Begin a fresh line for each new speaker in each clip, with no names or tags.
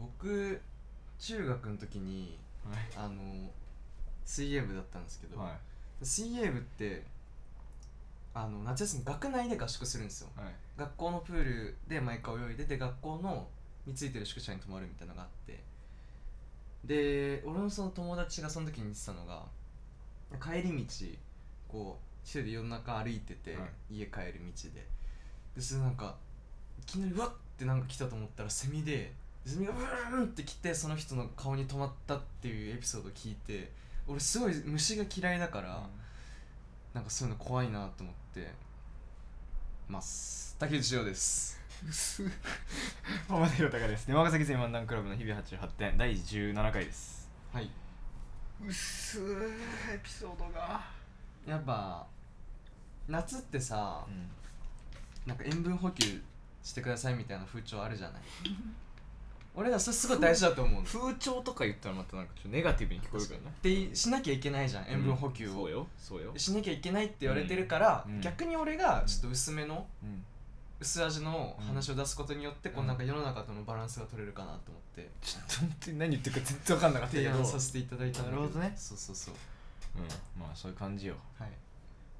僕中学の時にあの水泳部だったんですけど、
はい
水泳部ってあの夏休み学内で合宿するんですよ
はい
学校のプールで毎回泳いでで学校のについてる宿舎に泊まるみたいなのがあってで俺のその友達がその時に言ってたのが帰り道こう一人で夜中歩いてて、
はい
家帰る道ででそれなんかいきなりうわっってなんか来たと思ったらセミでセミがブーンって来てその人の顔に止まったっていうエピソードを聞いて俺すごい虫が嫌いだから、なんかそういうの怖いなと思ってます竹内涼です
薄っママテロタカです山ヶ崎全漫談クラブの日々88点第17回です
はい
薄いエピソードが
やっぱ夏ってさ
うん
なんか塩分補給してくださいみたいな風潮あるじゃ ない俺らそれすごい大事だと思うのっ
風潮とか言ったらまたなんかちょっとネガティブに聞こえるからね
てしなきゃいけないじゃん塩分補給
う
を、
んそうよそうよ、
しなきゃいけないって言われてるから、
うん
逆に俺がちょっと薄めの
うん、
薄味の話を出すことによって、
うん
こうなんか世の中とのバランスが取れるかなと思って
ちょっと本当に何言ってるか全然分かんなかったけ
提
ど、うん、
案させていただいたんだけ
なるほどね
そうそうそう
まあそういう感じよ
はい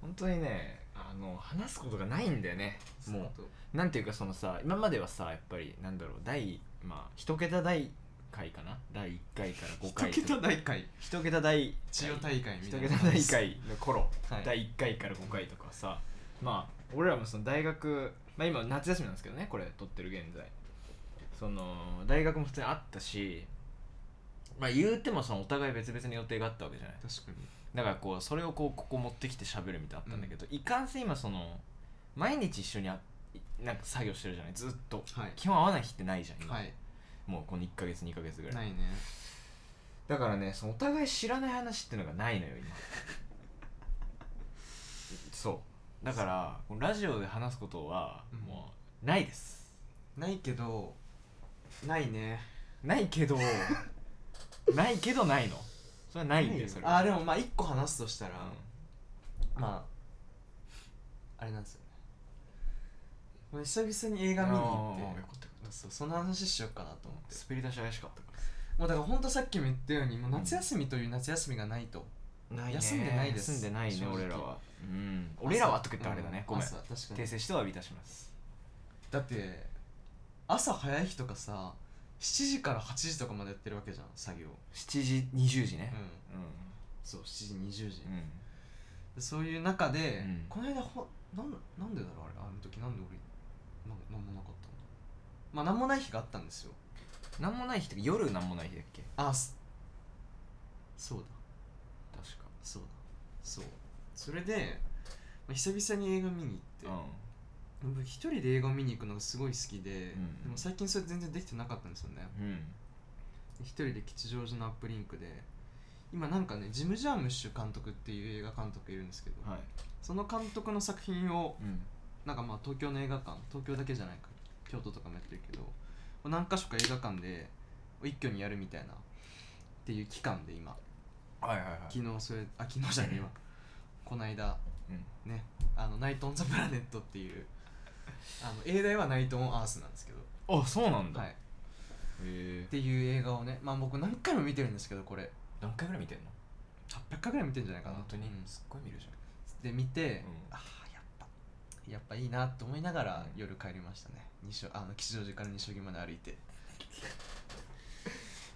本当にねあの話すことがないんだよねも
う
うなんていうかそのさ今まではさやっぱりなんだろう第まあ一桁第回かな第1回から5回
一桁大会
一桁第
千代大会みた
一
いな
桁第1回の頃、
はい
第1回から5回とかさまあ俺らもその大学まあ今夏休みなんですけどねこれ撮ってる現在その大学も普通にあったしまあ言うてもそのお互い別々に予定があったわけじゃない
確かに
だからこうそれをこうここ持ってきて喋るみたいなのあったんだけど、いかんせん今その毎日一緒にあなんか作業してるじゃないずっと
はい
基本会わない日ってないじゃん今、
はい
もうこの1ヶ月2ヶ月ぐらい
ないね
だからねそのお互い知らない話っていうのがない のよ今そうだからこのラジオで話すことは
うん
もうないです、
ないけどないね
ない けどないけどないのそれはないんだ
よ
よそれは
あでもまあ一個話すとしたら、
う
まああれなんですよねこれ久々に映
ん
画見に
あー
行っ
よか
て
ったよかっ
そうその話しようかなと思ったて
滑り出し怪しかったから
もうだからほんとさっきも言ったようにもう夏休みという夏休みがないと、
ないね
休んでないです
休んでないね
正直
俺らはうん俺らはとか言ったらあれだね、
うん
ごめん
朝確か
訂
に
正してお詫びいたします
だって朝早い日とかさ7時から8時とかまでやってるわけじゃん作業
7時20時ね
うんそう7時20時、
うん、うん
でそういう中で、
うん
この間ほなんなんでだろうあれあの時なんで俺なんなんもなかったんだまあなんもない日があったんですよ
なんもない日ってか夜なんもない日だっけ
あすそうだ
確か
そうだそうそれで、まあ、久々に映画見に行って、僕一人で映画見に行くのがすごい好きで、
うん
でも最近それ全然できてなかったんですよね
うんうん
一人で吉祥寺のアップリンクで今なんかねジム・ジャームッシュ監督っていう映画監督いるんですけど、
はい
その監督の作品を
うん
なんかまあ東京の映画館東京だけじゃないか京都とかもやってるけど何か所か映画館で一挙にやるみたいなっていう期間で今
はいはいはい
昨日それあ昨日じゃない今 この間
うん
ねあのナイト・オン・ザ・プラネットっていう あの英題はナイト・オン・アースなんですけど、
あそうなんだ、
はい、
へ
っ
え
ていう映画をねまあ僕何回も見てるんですけどこれ
何回ぐらい見てんの
800回ぐらい見てるんじゃないかな
本当に、
うん
すっごい見るじゃ
で見て、
うん
ああやっぱやっぱいいなと思いながら
うん
夜帰りましたね西尾あの吉祥寺から西荻まで歩い て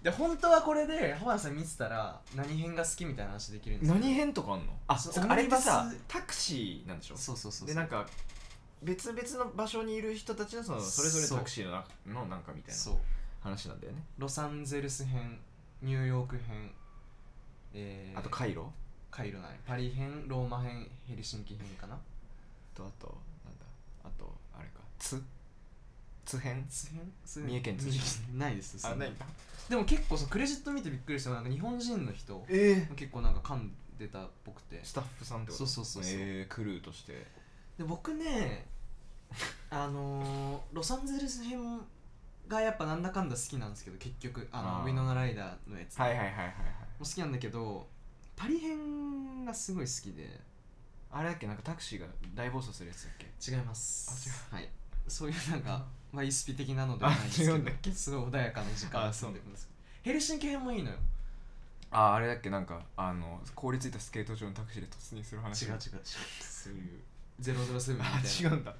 で本当はこれで浜田さん見てたら何編が好きみたいな話できるんです
ん何編とかあんのあ
そう
そっかあれって
オ
さ
ムニバス
タクシーなんでしょ
そうそうそうそう
でなんか別々の場所にいる人たちのそのそれぞれタクシーの中のなんかみたいな
そう
話なんだよね
ロサンゼルス編ニューヨーク編えー、
あとカイロ
カイロないパリ編ローマ編ヘルシンキ編かな
とあとなんだあとあれかつつ編
津編津
三重県津
三重県ないですそん
だ
でも結構そうクレジット見てびっくりしたのがなんか日本人の人
え
結構なんか噛んでたっぽくて
スタッフさんってこと
そうそうそうそう
えー、クルーとして
で僕ねあのー、ロサンゼルス編がやっぱなんだかんだ好きなんですけど結局あの
あー
ウィノナライダーのやつ、
はいはい
も
はいはいはい
好きなんだけどパリ編がすごい好きで
あれだっけなんかタクシーが大暴走するやつだっけ
違いますはいそういうなんかまあイスピ的なのではないですけ
あ違
ど
うんだっけ
すごい穏やかな時間を住んでるんですヘルシンキ編もいいのよ
ああれだっけなんかあの凍りついたスケート場のタクシーで突入する話
違う違う違う
そういう
007みたい
あ違
な
うんだ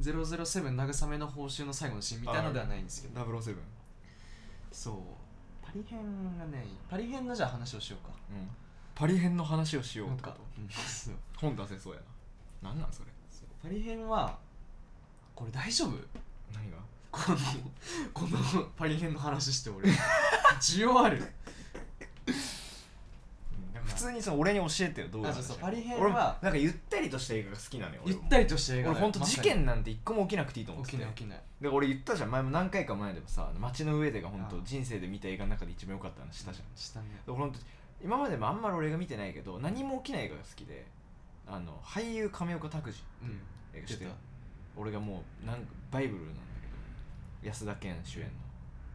007慰めの報酬の最後のシーンみたいなのではないんですけど
007うん
そうパリ編がねパリ編のじゃあ話をしようか
パリ編の話をしよう
なん
と
かうんそう
本出せそうやななんなんそれ
パリ編はこれ大丈夫
何が
このこのパリ編の話して俺需要あ る
普通にその俺に教えてよどういう話
あそうそうパリ編は
俺もなんかゆったりとした映画が好きなのよ
ゆ
俺
っ
も
たりとした映画
俺ほんと事件なんて一個も起きなくていいと思っ
起
て
き
て
ない起きない
で俺言ったじゃん前も何回か前でもさ街の上でが本当
ああ
人生で見た映画の中で一番良かった話したじゃん
したね
で俺ほんと今までもあんまり俺が見てないけど何も起きない映画が好きであの俳優亀岡拓司
うん
映画
出
してて
た
俺がもうなんかバイブルなんだけど安田顕主演の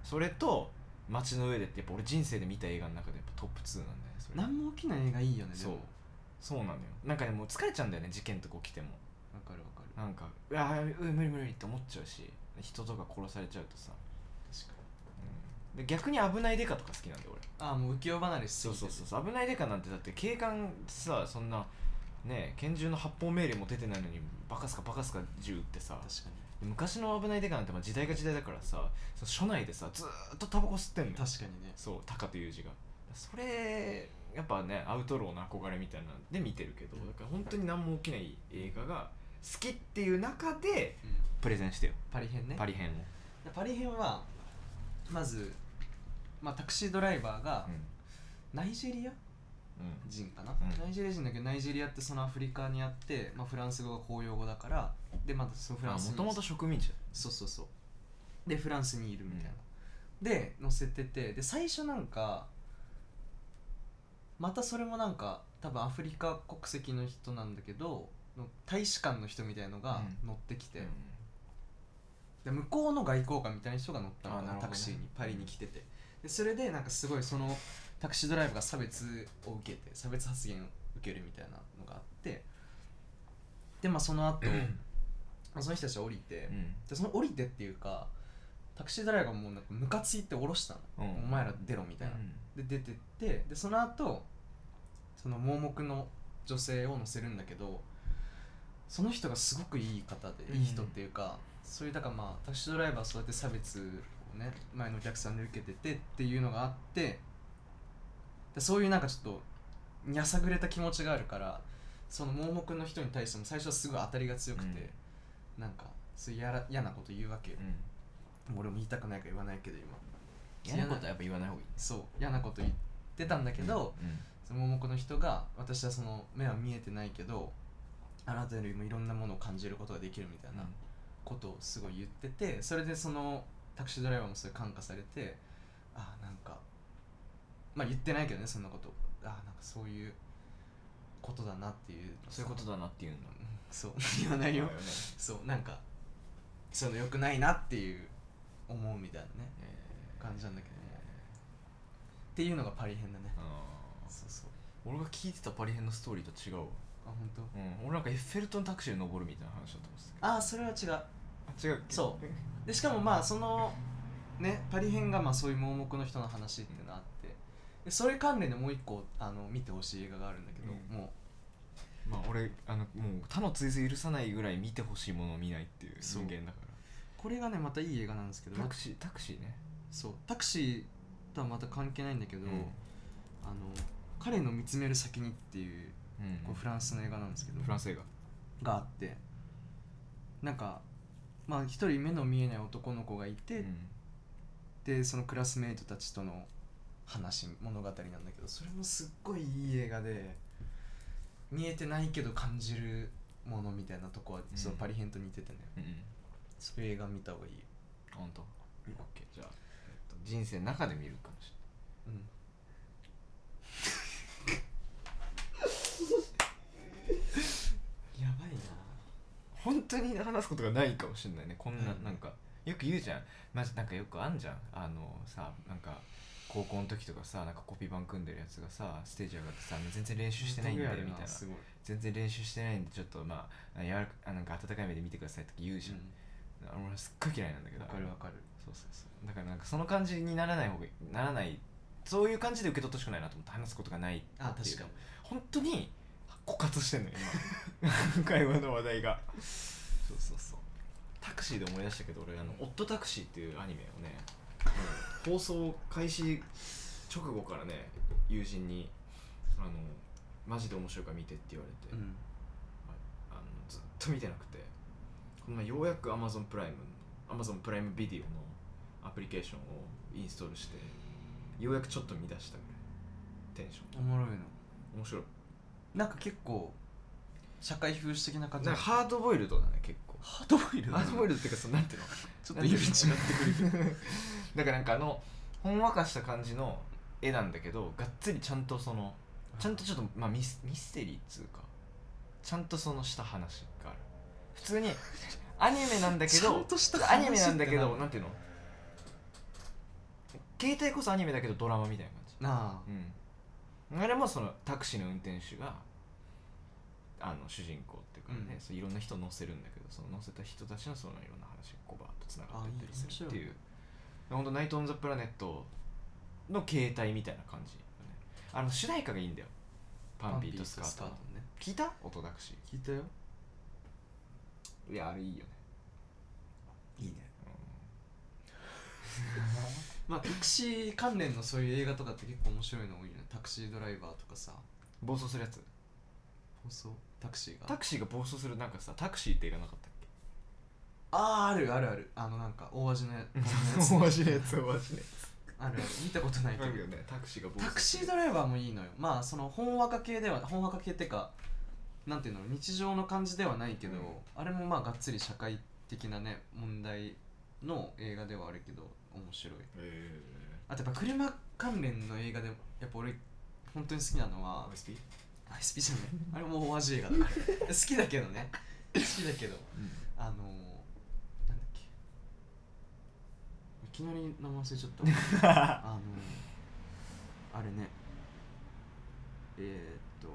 それと街の上でってやっぱ俺人生で見た映画の中でやっぱトップ2なんだよねそれ
何も起きない映画いいよねで
そう
も
そうなのよなんかねもう疲れちゃうんだよね事件とか起きても
わかるわかる
なんかうわーうん無理無理って思っちゃうし人とか殺されちゃうとさ、
確かに
で逆に危ないデカとか好きなんだよ俺
ああもう浮世離れしす
そう
ぎて
そうそうそう危ないデカなんてだって警官さそんなね拳銃の発砲命令も出てないのにバカすかバカすか銃撃ってさ
確か
昔の危ないデカなんてまあ時代が時代だからさその署内でさずーっとタバコ吸ってんのよ
に確かにね
そうタカという字がそれやっぱねアウトローの憧れみたいなんで見てるけどだから本当に何も起きない映画が好きっていう中で
うん
プレゼンしてよ
パリ編ね
パリ編を、
パリ編はまずまあタクシードライバーがナイジェリア
うん
人かな、
うん
ナイジェリア人だけどナイジェリアってそのアフリカにあって、まあ、フランス語が公用語だからでまたそのフランス
もともと植民地だ
そうそうそうでフランスにいるみたいな、で乗せててで最初なんかまたそれもなんか多分アフリカ国籍の人なんだけどの大使館の人みたいのが乗ってきて、で向こうの外交官みたいな人が乗ったのか
あな
な
るほどね
タクシーにパリに来ててでそれでなんかすごいそのタクシードライブが差別を受けて差別発言を受けるみたいなのがあってでまあその 後まあその人たちは降りて、でその降りてっていうかタクシードライバーがもうなんかムカついて降ろしたの、
うん
お前ら出ろみたいな、で出てってでその後その盲目の女性を乗せるんだけどその人がすごくいい方でいい人っていうか、そういうだからまあタクシードライバーはそうやって差別をね前のお客さんで受けててっていうのがあってでそういうなんかちょっとやさぐれた気持ちがあるからその盲目の人に対しても最初はすごい当たりが強くて、なんかそういうやら嫌なこと言うわけよ、俺も言いたくないから言わないけど今
嫌なことはやっぱ言わない方がいい
そう嫌なこと言ってたんだけど、その桃子の人が私はその目は見えてないけどあなたよりもいろんなものを感じることができるみたいなことをすごい言っててそれでそのタクシードライバーもそれ感化されてああなんかまあ言ってないけどねそんなことああなんかそういうことだなっていう
そういうことだなっていうの
うんそう言わないよそうなんかそういうのよくないなっていう思うみたいなね感じなんだけどもっていうのがパリ編だねそうそう
俺が聞いてたパリ編のストーリーと違うわ
あ本当
俺なんかエッフェル塔のタクシーで登るみたいな話だと思ってた
ああそれは違う
けど違う
そうでしかもまあそのねパリ編がまあそういう盲目の人の話っていうのがあってでそれ関連でもう一個あの見てほしい映画があるんだけど、
うん
も
まあ俺あのもう他の追随許さないぐらい見てほしいものを見ないっていう人
そう
間だか
うこれがねまたいい映画なんですけど
らタクシータクシーね
そうタクシーとはまた関係ないんだけど、
うん
あの彼の見つめる先にっていうこうフランスの映画なんですけど、
フランス映画
があってなんかまあ一人目の見えない男の子がいて、
うん
でそのクラスメイトたちとの話物語なんだけどそれもすっごいいい映画で見えてないけど感じるものみたいなとこは
うん
そのパリ編と似ててね、
うんうん
そういう映画見た方がいいよ、
本当。オッケーじゃあ、えっと人生の中で見るかもし
うん、やばいな
れない本当に話すことがないかもしれないねこんな、
うん
なんかよく言うじゃんまじなんかよくあんじゃんあのさなんか高校の時とかさなんかコピー版組んでるやつがさステージ上がってさ全然練習してないんでみたいな
すごい、
全然練習してないんでちょっとまあやわらかあなんか温かい目で見てくださいとか言うじゃん、俺すっごい嫌いなんだけど
わかるわかる
そうそうそうだからなんかその感じにならない方がいいならないそういう感じで受け取ってほしくないなと思って話すことがない
あ
ってい
確か
う
に
本当に枯渇してんのよ 今会話の話題がそうそうそうタクシーで思い出したけど俺あの「オットタクシー」っていうアニメをね放送開始直後からね友人にあの「マジで面白いから見て」って言われて、
うん
あのずっと見てなくてこの前ようやく Amazon プライム Amazon プライムビデオのアプリケーションをインストールしてようやくちょっと見出したぐらいテンショ
おもろいの
ン面白い
なんか結構社会風刺的な
な
感
ん
じ
かハードボイルドだね結 構
ハードボイル
ハードボイ
ル
ルドっていうかそのなんていう の
ちょっと指違ってくる
だからなんかあのほんわかした感じの絵なんだけどがっつりちゃんとそのちゃんとちょっと、まあ、ミスミステリーっつうかちゃんとそのした話がある普通にアニメなんだ け
ちゃん
ど
とした
ア
話
ニメなんだけ
って
ど
な
なんていうの携帯こそアニメだけどドラマみたいな感じ
なあ
うん、あれもそのタクシーの運転手があの主人公っていうかね、
うん
そういろんな人を乗せるんだけどその乗せた人たちのそのいろんな話がこうバーッとつながってったり
あいい
するっていう本当ナイト・オン・ザ・プラネット」の携帯みたいな感じだねあの主題歌がいいんだよパンピーとスカート
パンね
聞いた音タクシ
聞いたよ
ーいやあれいいよね、
いいねまあタクシー関連のそういう映画とかって結構面白いの多いよねタクシードライバーとかさ
暴走するやつ
放送タクシーが
タクシーが暴走するなんかさタクシーって映画なかったっけ
あああるあるあるあのなんか大味のや つ
面白いやつ面白い
あるある見たことないけど
ねタクシーが暴
タクシー
だ
ドライバーもいいのよまあそのほんわか系ではほんわか系ってかなんていうの日常の感じではないけど、
うん
あれもまあがっつり社会的なね問題の映画ではあるけど面白い
え
あとやっぱ車関連の映画でやっぱ俺本当に好きなの
ー、
は
OSP?
あ SP じゃないあれも同じ映画だから好きだけどね好きだけどあのー、なんだっけいきなり名前忘れちゃったあのー、あれねえー、っと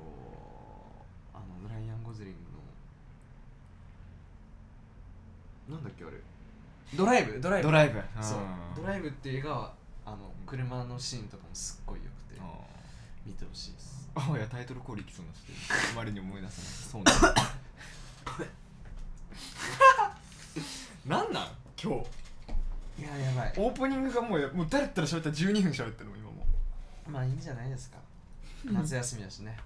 あのライアン・ゴズリングのなんだっけあれドライブドライブ
ドライブ
そうド
イ
ライブっていう映画はあの
ん
車のシーンとかもすっごい良くて
あ
見てほしいです
ーあいやタイトルコールいきそうなしてあまりに思い出さないそう なんなんなん今日
いややばい
オープニングがもうやもう誰ったら喋ったら12分喋ってるの今もう
まあいいんじゃないですか夏休みだしね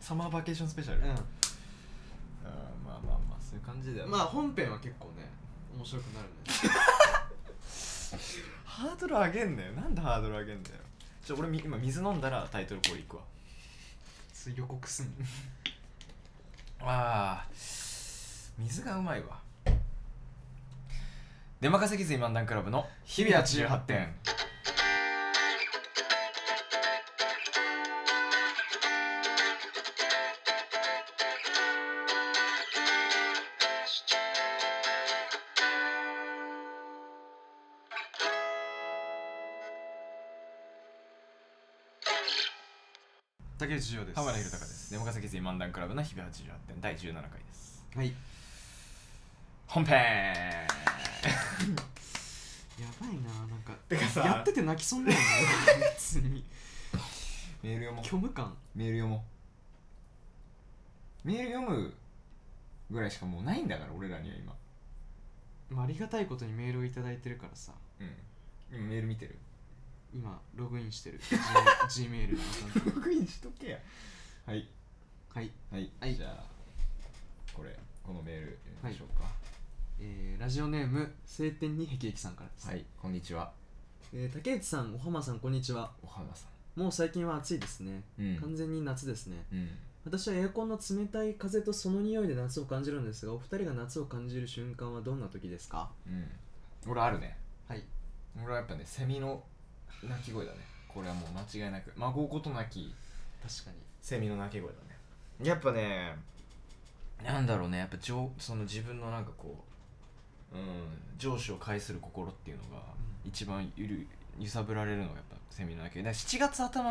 サマーバケーションスペシャル、あ
う
ーまあまあまあそういう感じだよ
ん
ね
まあ本編は結構ね面白くなるね
ハードル上げんなよなんでハードル上げんだよちょ俺み今水飲んだらタイトルコールいくわ
それ予告すんの
ああ水がうまいわ出任せ気水漫談クラブの日々88点
竹内優です
浜田裕隆です出任せ気水漫談クラブの日々88点第17回です
はいや
本編
ばいななんか
てかさ
やってて泣きそうになる の普通に
メール読も
虚無感
うメール読もうメール読むぐらいしかもうないんだから俺らには今
まあありがたいことにメールをいただいてるからさ
うん今メール見て る
今ログインしてる G メールのアカウント
ログインしとけやはい
はい、
はい、
はい
じゃあこれこのメール読みましょうか
えー、ラジオネーム晴天にへきへきさんからです、
はい、こんにちは
えー竹内さんお浜さんこんにちは
おはまさ
もう最近は暑いですね
んうん
完全に夏ですね
うん
私はエアコンの冷たい風とその匂いで夏を感じるんですがお二人が夏を感じる瞬間はどんな時ですか
うん俺あるね
はい
俺はやっぱねセミの鳴き声だねこれはもう間違いなく孫ことなき
確かに
セミの鳴き声だねやっぱねなんだろうねやっぱ上その自分のなんかこううん上司を介する心っていうのが
う
一番ゆる揺さぶられるのがやっぱセミの鳴き声だから7月頭、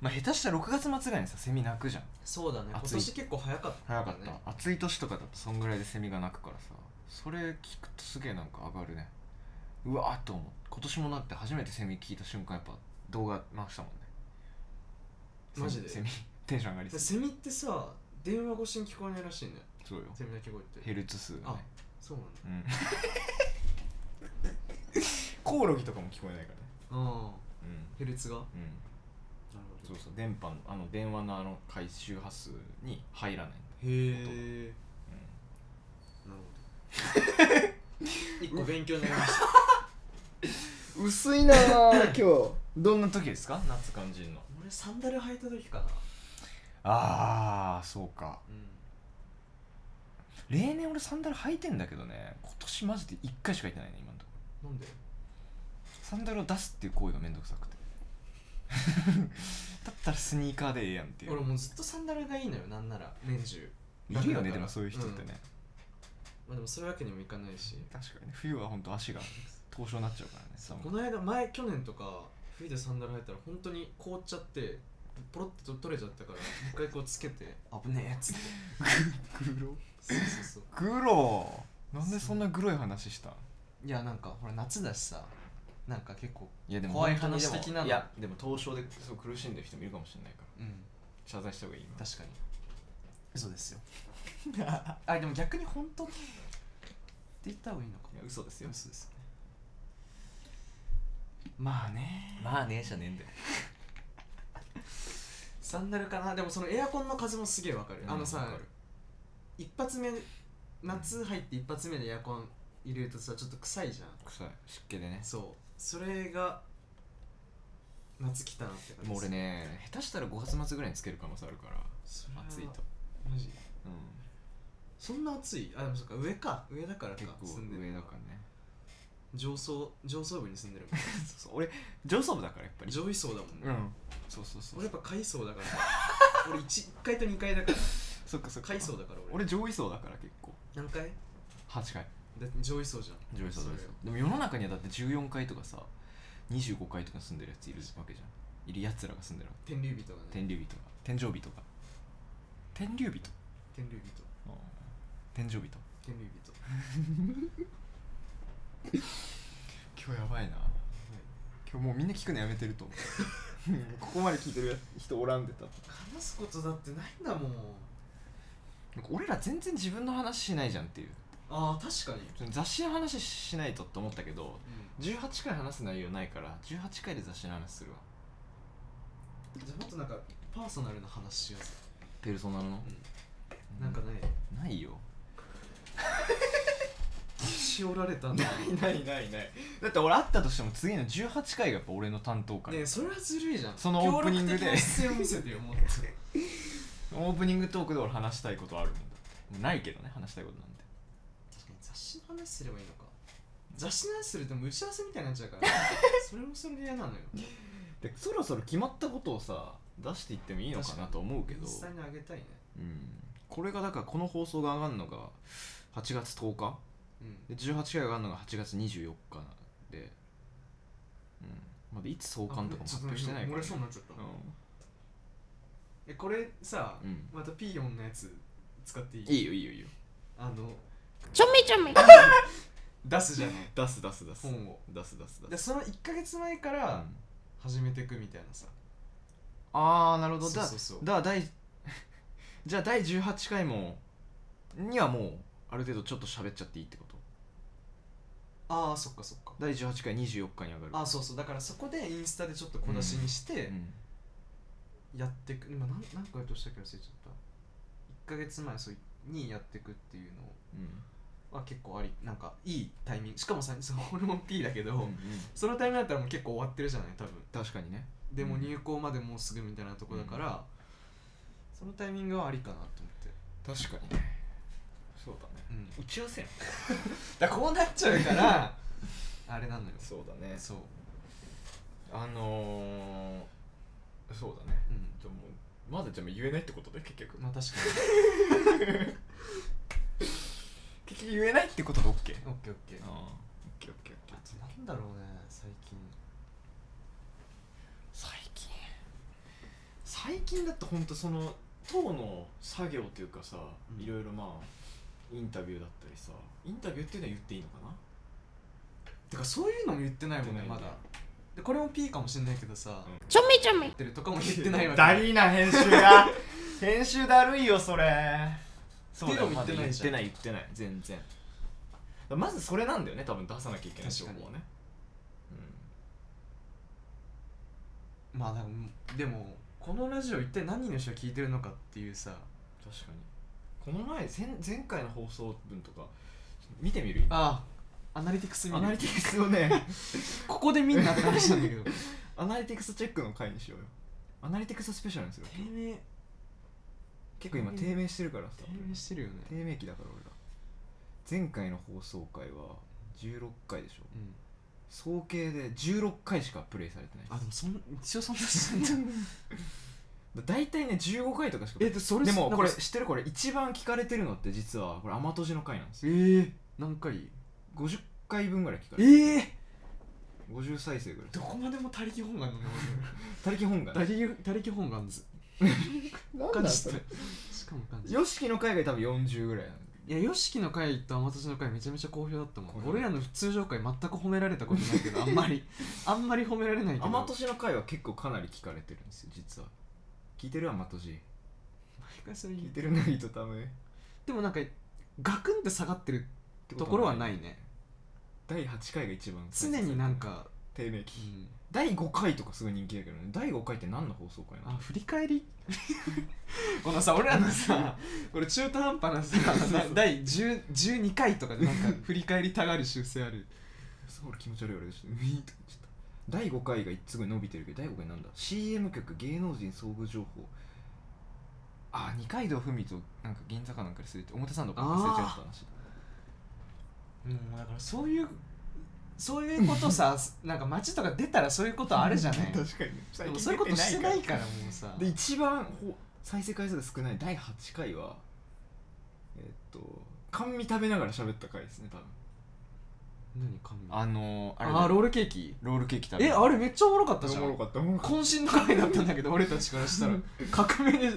まあ、下手したら6月末ぐらいにさセミ鳴くじゃん
そうだね今
暑い
年結構早かった
早かった、
ね
暑い年とかだとそんぐらいでセミが鳴くからさそれ聞くとすげえなんか上がるねうわーっと思う今年もなって初めてセミ聞いた瞬間やっぱ動画回したもんね
マジで
セミセミテンション上がり
で
そう
セミってさ電話越しに聞こえないらしいね
そうよ
セミだけ声って
ヘルツ数がね
そうなんだ
うんコオロギとかも聞こえないからね
ああ
う
ヘルツがなる
んうん
ほ
そうそう電波のあの電話のあの回周波数に入らない、
へえなるほど 一個勉強になりました
薄いなあ今日 どんな時ですか夏感じるの
俺サンダル履いた時かな
ああそうか
う
例年俺サンダル履いてんだけどね今年マジで1回しか履いてないね今のとこ
んなんで
サンダルを出すっていう行為がめんどくさ くてだったらスニーカーでええやんっていう
俺もうずっとサンダルがいいのよなんなら年中
いるよ
だか
ね
ら
でもそういう人ってね、
まあでもそういうわけにもいかないし
確かにね冬は本当足が凍傷になっちゃうからね寒く
この間前去年とか冬でサンダル履いたら本当に凍っちゃってポロッと取れちゃったからもう一回こうつけて危ねえっつ って
グロ
そうそうそう
グロなんでそんなグロい話した
いやなんかほら夏だしさなんか結構
いやでも
怖い
本当にでも
話的なの
いやでも凍傷でそう苦しんでる人もいるかもしれないから
うん
謝罪した方がいい今
確かに嘘です よあでも逆に本当って言った方がいいのか
いや嘘です
嘘
よ
ですねまあね
まあねえじゃねえんだよ
サンダルかなでもそのエアコンの風もすげえわかる、あの
わ
さ
かる
一発目夏入って一発目でエアコン入れるとさちょっと臭いじゃん
臭い湿気でね
そうそれが夏来たなって感じ
もう俺ね下手したら5月末ぐらいにつける可能性あるから
それは
暑いと、
マジ
うん、
そんな暑いあでもそっか上か上だからか
結構
住んでる
上
の
だ
は
からね
上層上層部に住んでるもん
そうそう俺上層部だからやっぱり
上位層だもんね、
うんそうそうそう
俺やっぱ階層だから俺 1, 階と2階だから
そっかそっか
階層だから俺
俺上位層だから結構
何階
8回
だって上位層じゃん
上位層
そ
上
れ
位層でも世の中にはだって14階とかさ25階とか住んでるやついるわけじゃんいるやつらが住んでるわけ
天竜人がね
天竜人が天井人が天竜人
天竜人
うん天井人
天竜人
今日やばいな
は
今日もうみんな聞くのやめてると思う ここまで聞いてる人おらんでた
い話すことだってないんだもん
なんか俺ら全然自分の話しないじゃんっていう
あー確かに
その雑誌の話しないとって思ったけど
う
18回話す内容ないから18回で雑誌の話するわ
んじゃあもっとなんかパーソナルな話しようぜ、
ペルソナの、
なんかない
ないよ
しおられたんだ
な
ね
いないないないだって俺あったとしても次の18回がやっぱ俺の担当から、
えそれはずるいじゃん
そのオープニングで
協力的な姿勢を見せてよもっと
オープニングトークで俺話したいことあるもんだってないけどね話したいことなんて
確かに雑誌の話すればいいのか雑誌の話するともう打ち合わせみたいになっちゃうから それもそれで嫌なのよ
でそろそろ決まったことをさ出していってもいいのかなと思うけど
実際にあげたいね
うんこれがだからこの放送が上がるのが8月10日
うん
で18回が上がるのが8月24日なんで、うん、まだいつ創刊とかも発表してない
か
からら、
漏れそうになっちゃった、
う
えこれさ、
うん
またピーヨンのやつ使っていい
ん、いいよいいよいいよ
あの
Chummy chummy.
出すじゃない
出す出す出す
本を
出す出す
で
出す
その1か月前か
う
ら
ん
始めていくみたいなさ、
ああなるほど
そう
だ
そうそう
だ第じゃあ第18回もにはもうある程度ちょっと喋っちゃっていいってこと
ああそっかそっか
第18回24日に上がる
ああそうそうだからそこでインスタでちょっと小出しにして
うん
やっていく、今何何個やっとしたっけ忘れちゃった1か月前そうにやっていくっていう
うん
のは結構ありなんかいいタイミングしかもさそう俺も P だけど、
うんうん
そのタイミングだったらもう結構終わってるじゃない多分
確かにね
でも
うん
入校までもうすぐみたいなとこだから、そのタイミングはありかなと思って
確かにねそうだね
うん
打ち合わせやん
だからこうなっちゃうから あれなのよ
そうだね
そう
あのー、そうだね
うん
じゃあもうまだじゃあもう言えないってことで結局
まあ確か
結局言えないってことで OK
にオッケーオッケー
ああ OKOKOK
あとなんだろうね最近
最近最近だってほんとその党の作業というかさ、
うん
いろいろまあインタビューだったりさインタビューっていうのは言っていいのかな
てかそういうのも言ってないもんね
言
ま
っ
だ
てないね
でこれも P かもしれないけどさ、
うん
ちょめちょめ
言ってるとかも言ってないわけ
だりーな編集 が編集だるいよそれそうだよ
っていうのも言ってない
まだ言っ
じゃ
て
ん
ない言ってない全然だからまずそれなんだよね多分出さなきゃいけない情
確かに
報はね
まあでもでもこのラジオ一体何人の人が聞いてるのかっていうさ
うん確かにこの前前前回の放送分とか見てみる
ああアナリティクス見
アナ
る
リティクスをね
ここで見んなって話なんだ けどて
アナリティクスチェックの回にしようよアナリティクススペシャルにする
めえ
結構今低迷してるからさ
低迷してるよね
低迷期だから俺ら前回の放送回は16回でしょ
うん
総計で16回しかプレイされてない
あでもそん一応そんなしてんだ
大体ね15回とかしか
えでそれ
でもこれ
なんか
知ってるこれ一番聞かれてるのって実はこれ「アマトジ」の回なんです
え
よ
ー、何回
50回分ぐらい聞かれてる
ええ
50再生ぐらい
どこまでも他力本願なの
他力本願
他力他力本願ず
なん
感
だ
じ
そ
た
れ
しかも感じた
ヨシキの回が多分40ぐらいなんで
いや YOSHIKI の回と天達の回めちゃめちゃ好評だったも
好
ん
評
俺らの通常回全く褒められたことないけ どあんまりあんまり褒められないけど
アマトジの回は結構かなり聞かれてるんですよ実は聞いてるアマトジ
毎回それ言
聞
う
いてるの糸ため
でもなんかガクンって下がってるところはないね
第8回が一番
常になんか、
低迷
う
期
ん、
第5回とかすごい人気だけどね第5回って何の放送回なの
あ振り返り このさ俺らのさこれ中途半端な さな第10 12回とかでなんか振り返りたがる習性ある
そう 俺気持ち悪い俺でしたウィーンとか言っちゃった第5回がすごい伸びてるけど第5回なんだ CM 曲芸能人遭遇情報あ二階堂ふみとなんか銀座かなんかで忘れて表参道かなんか忘れちゃった話
うんだからそういうそういうことさ なんか街とか出たらそういうことある じゃ ないで
かにね
もそういうことしてないからもうさ
で一番ほ再生回数が少ない第8回はえーっと甘味食べながら喋った回ですね多分
何神
あのー、あれ
あー
ロ
ロールケーキ
ロールケーキ食べ
えあれめっちゃおもろかったじ
お
ゃ
もろ
ん
かったおもろかっ
渾身の回だったんだけど俺たちから したら革命で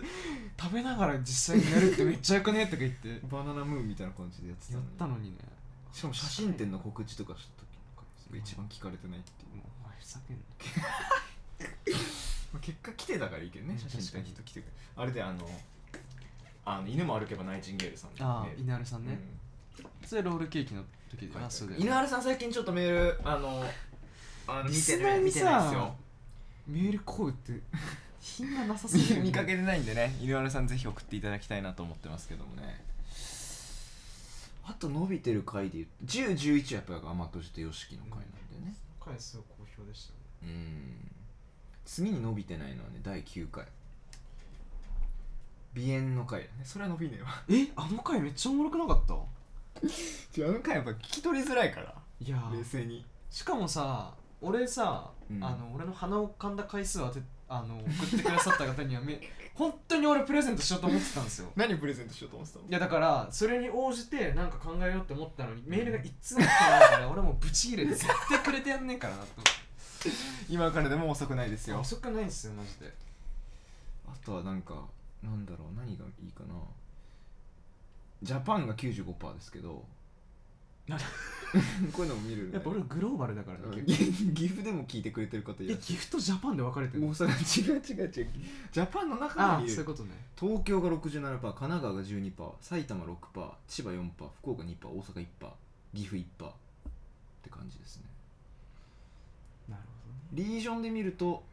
食べながら実際にやるってめっちゃよくねとか言って
たバナナムーンみたいな感じでやってた
や
の
っ
に
たのにね
しかも写真展の告知とかした時の回ですね一番聞かれてないっていう
もうお前ふざけんな
まあ結果来てたからいいけど
う
ね
ん
写真展
確か
人来てくれあれであのあの犬も歩けばナイチンゲールさん
あ
メー
あ
ル
稲原さんね、それロールケーキの時
うん
だよなそうだよ
稲
な
原さん最近ちょっとメールあのあの
リ
見て
ス
る
ナーに
見てないです
さ
よ
メールこうって品がなさすぎるよ
見
ね
見かけてないんでね犬原さんぜひ送っていただきたいなと思ってますけどもねあと伸びてる回で言う1011はやっぱり甘とじと YOSHIKI の回なんでね
回数好評でしたね
うん次に伸びてないのはね第9回鼻炎の回だねそれは伸びねえわ
えあの回めっちゃおもろくなかった
違うあの回やっぱ聞き取りづらいから
いやー
静に
しかもさ俺さ、
うん
あの俺の鼻を噛んだ回数を当てあの送ってくださった方にはめ 本当に俺プレゼントしようと思ってたんですよ
何プレゼントしようと思ってたの
いやだからそれに応じてなんか考えようって思ったのにメールが一通も来てないから俺もうブチ切れて 絶対くれてやんねえからなと思って
今からでも遅くないですよ
遅くないんですよマジで
あとはなんかなんだろう何がいいかなジャパンが95%ですけど
な
こういうのも見るね
やっぱ俺グローバルだからね
うん
結構
岐岐阜でも聞いてくれてる方いら
え
っし
ギフトジャパンで分かれ
ゃ
て
る
る
大阪違う違う違うジャパンの中
あ
に
あ
い
そういう
る
ことね
東京が67%神奈川が12%埼玉6%千葉4%福岡2%大阪1%岐阜1%って感じですね
なる
リージョンで見ると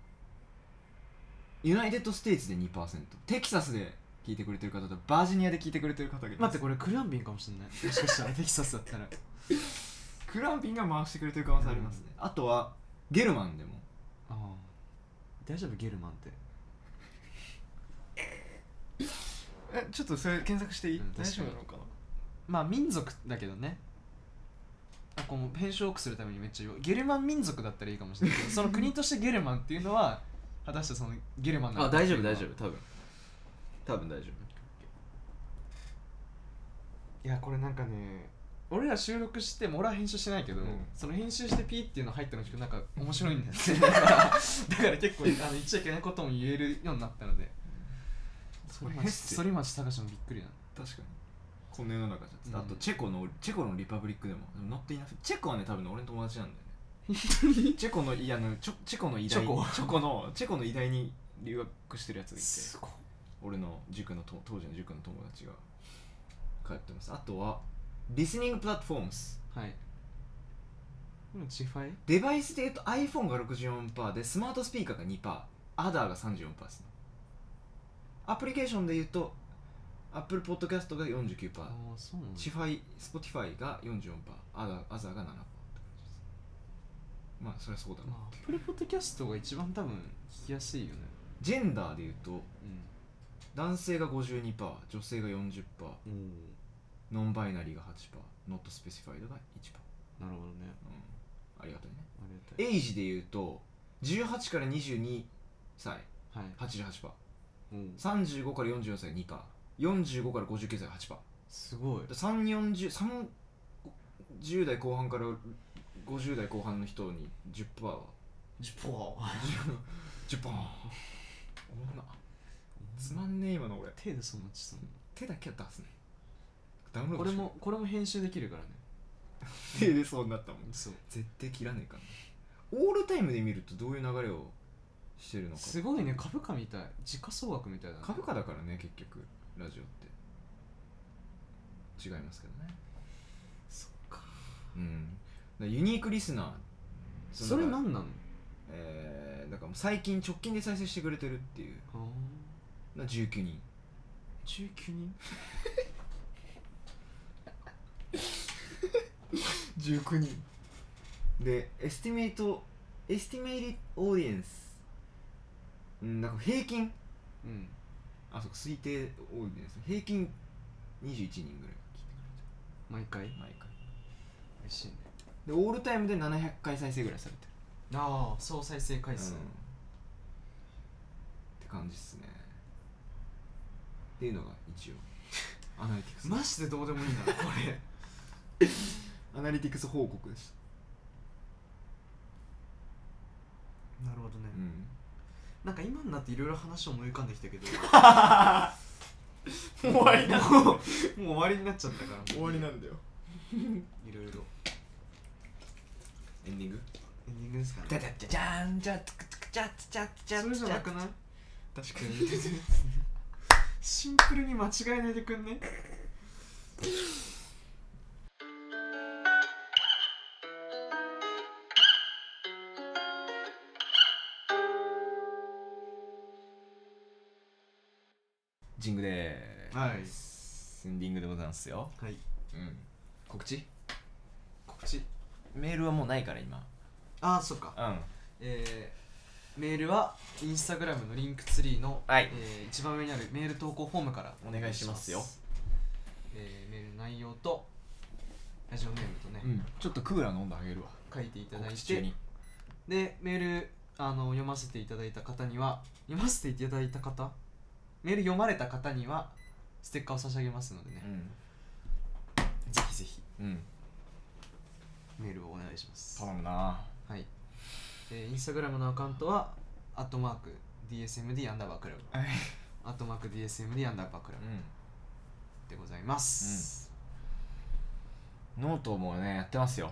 ユナイテッド・ステイツで2%テキサスで聞いてくれてる方とバージニアで聞いてくれてる方がいます
待ってこれクランビンかもしれないもしかしたら テキサスだったら
クランピンが回してくれてる可能性ありますね、あとはゲルマンでも
ああ大丈夫ゲルマンって
えちょっとそれ検索してい
い大丈夫なの
かな
まあ民族だけどねあこの編集を多くするためにめっちゃ言おうゲルマン民族だったらいいかもしれないけどその国としてゲルマンっていうのは果たしてそのゲルマンなの
あ
か
大丈夫
っていうのは
大丈夫多分多分大丈
いやこれなんかね俺ら収録しても俺は編集してないけど、
うん
その編集してピーっていうの入ったの聞くとなんか面白いんだよね だからだから結構あの言っちゃいけないことも言えるようになったので
夫
反町
れ
反町隆史もびっくりなの
確かにこの世の中じゃっつって、
うん
あとチェコのチェコのリパブリックでもでも乗っていなくチェコはね多分ね俺の友達なんだよね チェコのいやあのチョチェコの偉大
チェコ
チェコのチェコの偉大に留学してるやつがいて
すごい
俺の塾のと当時の塾の友達が通ってますあとはリスニングプラットフォームス
はい今チファイ
デバイスで言うと iPhone が64%でスマートスピーカーが2%アダーが34%ですねアプリケーションで言うと Apple Podcast が49%
ああそうなんだ
シファイ、スポティファイが44%、アザアザーが7%って感じです。まあ、それはそうだな。
まあアップルポッドキャストが一番多分聞きやすいよね
ジェンダーで言うと、
うん
男性が52%、女性が40%、
お
ノンバイナリーが8%、ノットスペシファイドが1%。
なるほどね
うん、ありがたいね。
ありがたい
エイジで言うと、18から22歳、
はい
88%、
うん
35から44歳、2%、45から59歳、8%。
すごい
3 4 0 3 10代後半から50代後半の人に10%は
10%お
ジュポーンおもなつまんねえ今の俺
手でそんなちそう
手だけは出すねダウンロー
こ
ド
れ
し
もこれも編集できるからね
手でそうなったもん
そう
絶対切らねえからねオールタイムで見るとどういう流れをしてるのか
すごいね株価みたい時価総額みたいだね
株価だからね結局ラジオって違いますけどね
そっか
うんだからユニークリスナーの
それ
だから
何なの
えー、だからもう最近直近で再生してくれてるっていう
あ
な19人
ー19人
19人でエスティメイトエスティメイトオーディエンスうんなんか平均
うん
あそうか推定オーディエンス平均21人ぐらい聞いて
毎回
くれてる毎回
嬉しいね
でオールタイムで700回再生ぐらいされて
ああ総再生回
る、
数
うんって感じっすねっていうのが一 応アナリティクス
マジでどうでもいいなこれ
アナリティクス報告でした
なるほどね
うん
なんか今になっていろいろ話思い浮かんできた けど
終わりな
もうもう 終わりになっちゃったから
なんだよ
いろいろ
エンディング
エンディングですか
ダ
ね
ダッじゃんじゃつくつくじゃつじゃつじゃ
それじゃなくない
確か
シンプルに間違えないでくんね
ジングでー
はい
すエンディングでございますよ
はい
うん告知
告知
メールはもうないから今
ああそっか
うん
えー、メールはインスタグラムのリンクツリーの、
はい
えー一番上にあるメール投稿フォームから
お願いしますよ
えーメールの内容とラジオネームとね、
うんちょっとクーラー飲んであげるわ
書いていただい
告知中
て
に
でメールあの読ませていただいた方には読ませていただいた方メール読まれた方にはステッカーを差し上げますのでね、ぜひぜひ
うんうん
メールをお願いします
頼むな
はい、えー、インスタグラムのアカウントはアットマーク DSMD アンダーバークラブ
はい
アットマーク DSMD アンダーバークラブでございます、
ノートもねやってますよ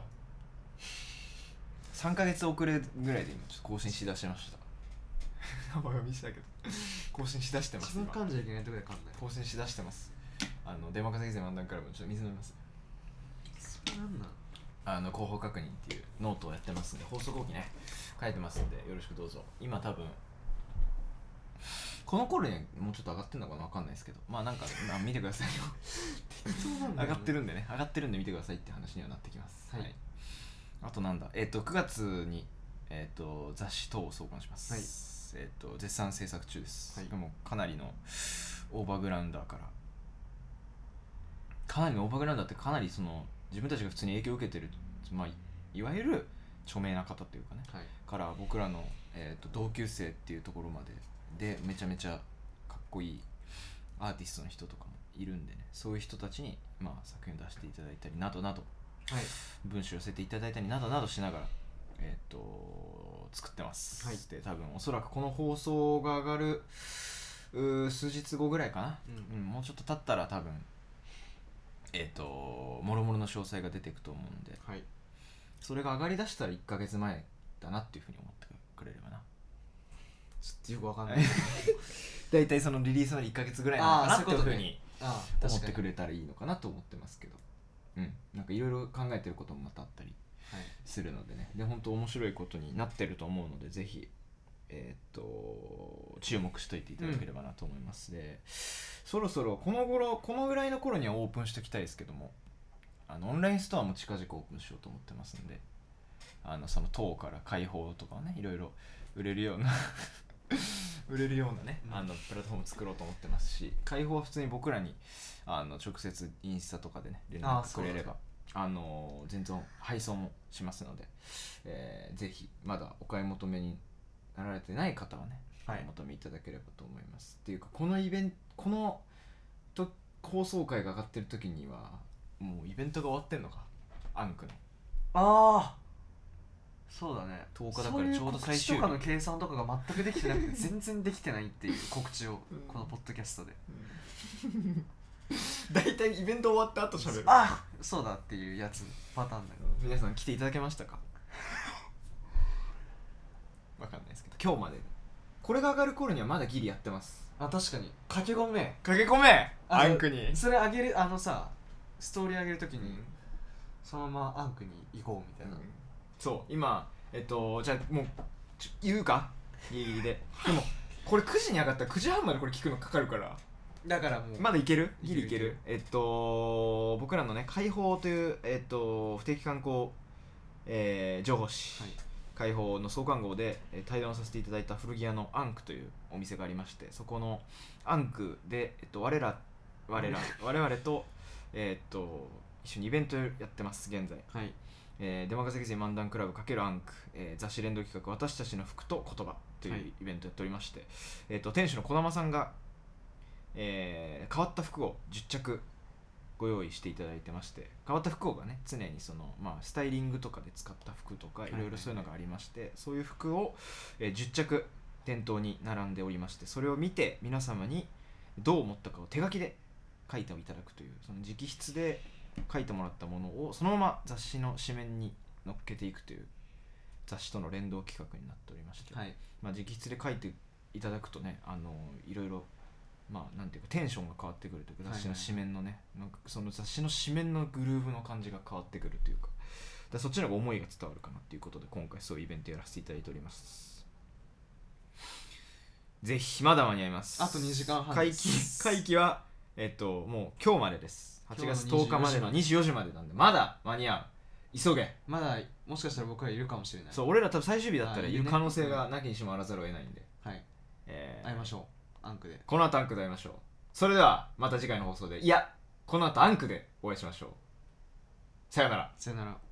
3ヶ月遅れぐらいで今ちょっと更新しだしました名前は見せたけど更新しだしてま
自
す
分
今
噛んじゃいけないとこで噛んだよ
更新しだしてますあの出まかせ漫談クラブのちょっと水飲みます
それなんなん
あの広報確認っていうノートをやってますんで放送後期ね書いてますんでよろしくどうぞ今多分この頃にもうちょっと上がってんのかなわかんないですけどまあなんか、まあ、見てくださいよ
そうなん
上がって
る
るんでね上がってるんで見てくださいって話にはなってきます
はい
あとなんだえっ、と9月にえっ、と雑誌等を創刊します、えっ、と絶賛制作中です、
はい
でもかなりのオーバーグラウンダーからかなりのオーバーグラウンダーってかなりその自分たちが普通に影響を受けてる、まあ、いいわゆる著名な方というかね
はい
から僕らの、えー、と同級生っていうところまででめちゃめちゃかっこいいアーティストの人とかもいるんでねそういう人たちに、まあ、作品を出していただいたりなどなど
はい
文章を寄せていただいたりなどなどしながら、えー、と作ってます、
はい
で多分おそらくこの放送が上がるうー数日後ぐらいかな、
うん
もうちょっと経ったら多分えっ、ともろもろの詳細が出てくと思うんで
はい
それが上がりだしたら1ヶ月前だなっていうふうに思ってくれればな
ちょっとよくわかんない
大体そのリリースまで1ヶ月ぐらいなのかな
あー
って
そ
いう
いうう
ふ
こと
う
ね
に
ああ
思っ
確か
て
に
くれたらいいのかなと思ってますけどうんなんかいろいろ考えてることもまたあったり
はい
するのでねで本当面白いことになってると思うのでぜひえーっと注目しといていただければなと思います、でそろそろこの頃このぐらいの頃にはオープンしておきたいですけどもあのオンラインストアも近々オープンしようと思ってますんであのその塔から解放とかをねいろいろ売れるような 売れるようなね、
うん
あのプラットフォーム作ろうと思ってますし解放は普通に僕らにあの直接インスタとかでね連
あー
絡くれればあの全然配送もしますので、えーぜひまだお買い求めになられてない方はね、
はい
お求めいただければと思いますっていうかこのイベントこのと放送回が上がってる時にはもうイベントが終わってんのかアンクの
ああそうだね
10日だからちょうど最終
そういう告知と
日
かの計算とかが全くできてなくて 全然できてないっていう告知を
うん
このポッドキャストで、
大体イベント終わった後
あそうだっていうやつパターンだよ
皆さん来ていただけましたか わかんないですけど今日までこれが上がる頃にはまだギリやってます
あ確かに駆け込め
駆け込め
あの
に
それあげるあのさストーリーあげるときに、そのままアンクに行こうみたいな、
そう今えっとじゃあもうちょ言うかギリギリででもこれ9時に上がったら9時半までこれ聞くのかかるから
だからもう、
まだいける
い
ギ
ける
リいけるえっと僕らのね解放というえっと不定期観光えー情報誌、
はい
解放の創刊号で、えー対談をさせていただいた古着屋のアンクというお店がありましてそこのアンクで、えっと、我ら我 ら我々と,、えーっと一緒にイベントやってます現在、
はい
えー出任せ人漫談クラブ×アンク、えー雑誌連動企画「私たちの服と言葉」とい
は
う
い
イベントやっておりまして、えー、と店主の児玉さんが、えー変わった服を10着ご用意していただいてまして変わった服をがね常にその、まあ、スタイリングとかで使った服とか
い
い
はいはい
ろいろそういうのがありまして、そういう服を、えー10着店頭に並んでおりましてそれを見て皆様にどう思ったかを手書きで書いていただくというその直筆で書いてもらったものをそのまま雑誌の紙面に乗っけていくという雑誌との連動企画になっておりまして、
はい
まあ、直筆で書いていただくとねあのいろいろまあなんていうかテンションが変わってくるという
は
か
い
雑誌の紙面のね、なんかその雑誌の紙面のグルーヴの感じが変わってくるというかだからそっちの方が思いが伝わるかなということで今回そういうイベントやらせていただいておりますぜひまだ間に合います
あと2時間半
会
で
期
す
会期はえっともう今日までです8月10日までの24時までなんでまだ間に合う急げ
まだもしかしたら僕らいるかもしれない
そう俺ら多分最終日だったら
あい
い
るね
る可能性がなきにしもあらざるを得ないんで、
はい
えー
会いましょうアンクで
この後アンクで会いましょうそれではまた次回の放送でいやこの後アンクでお会いしましょうさよなら
さよなら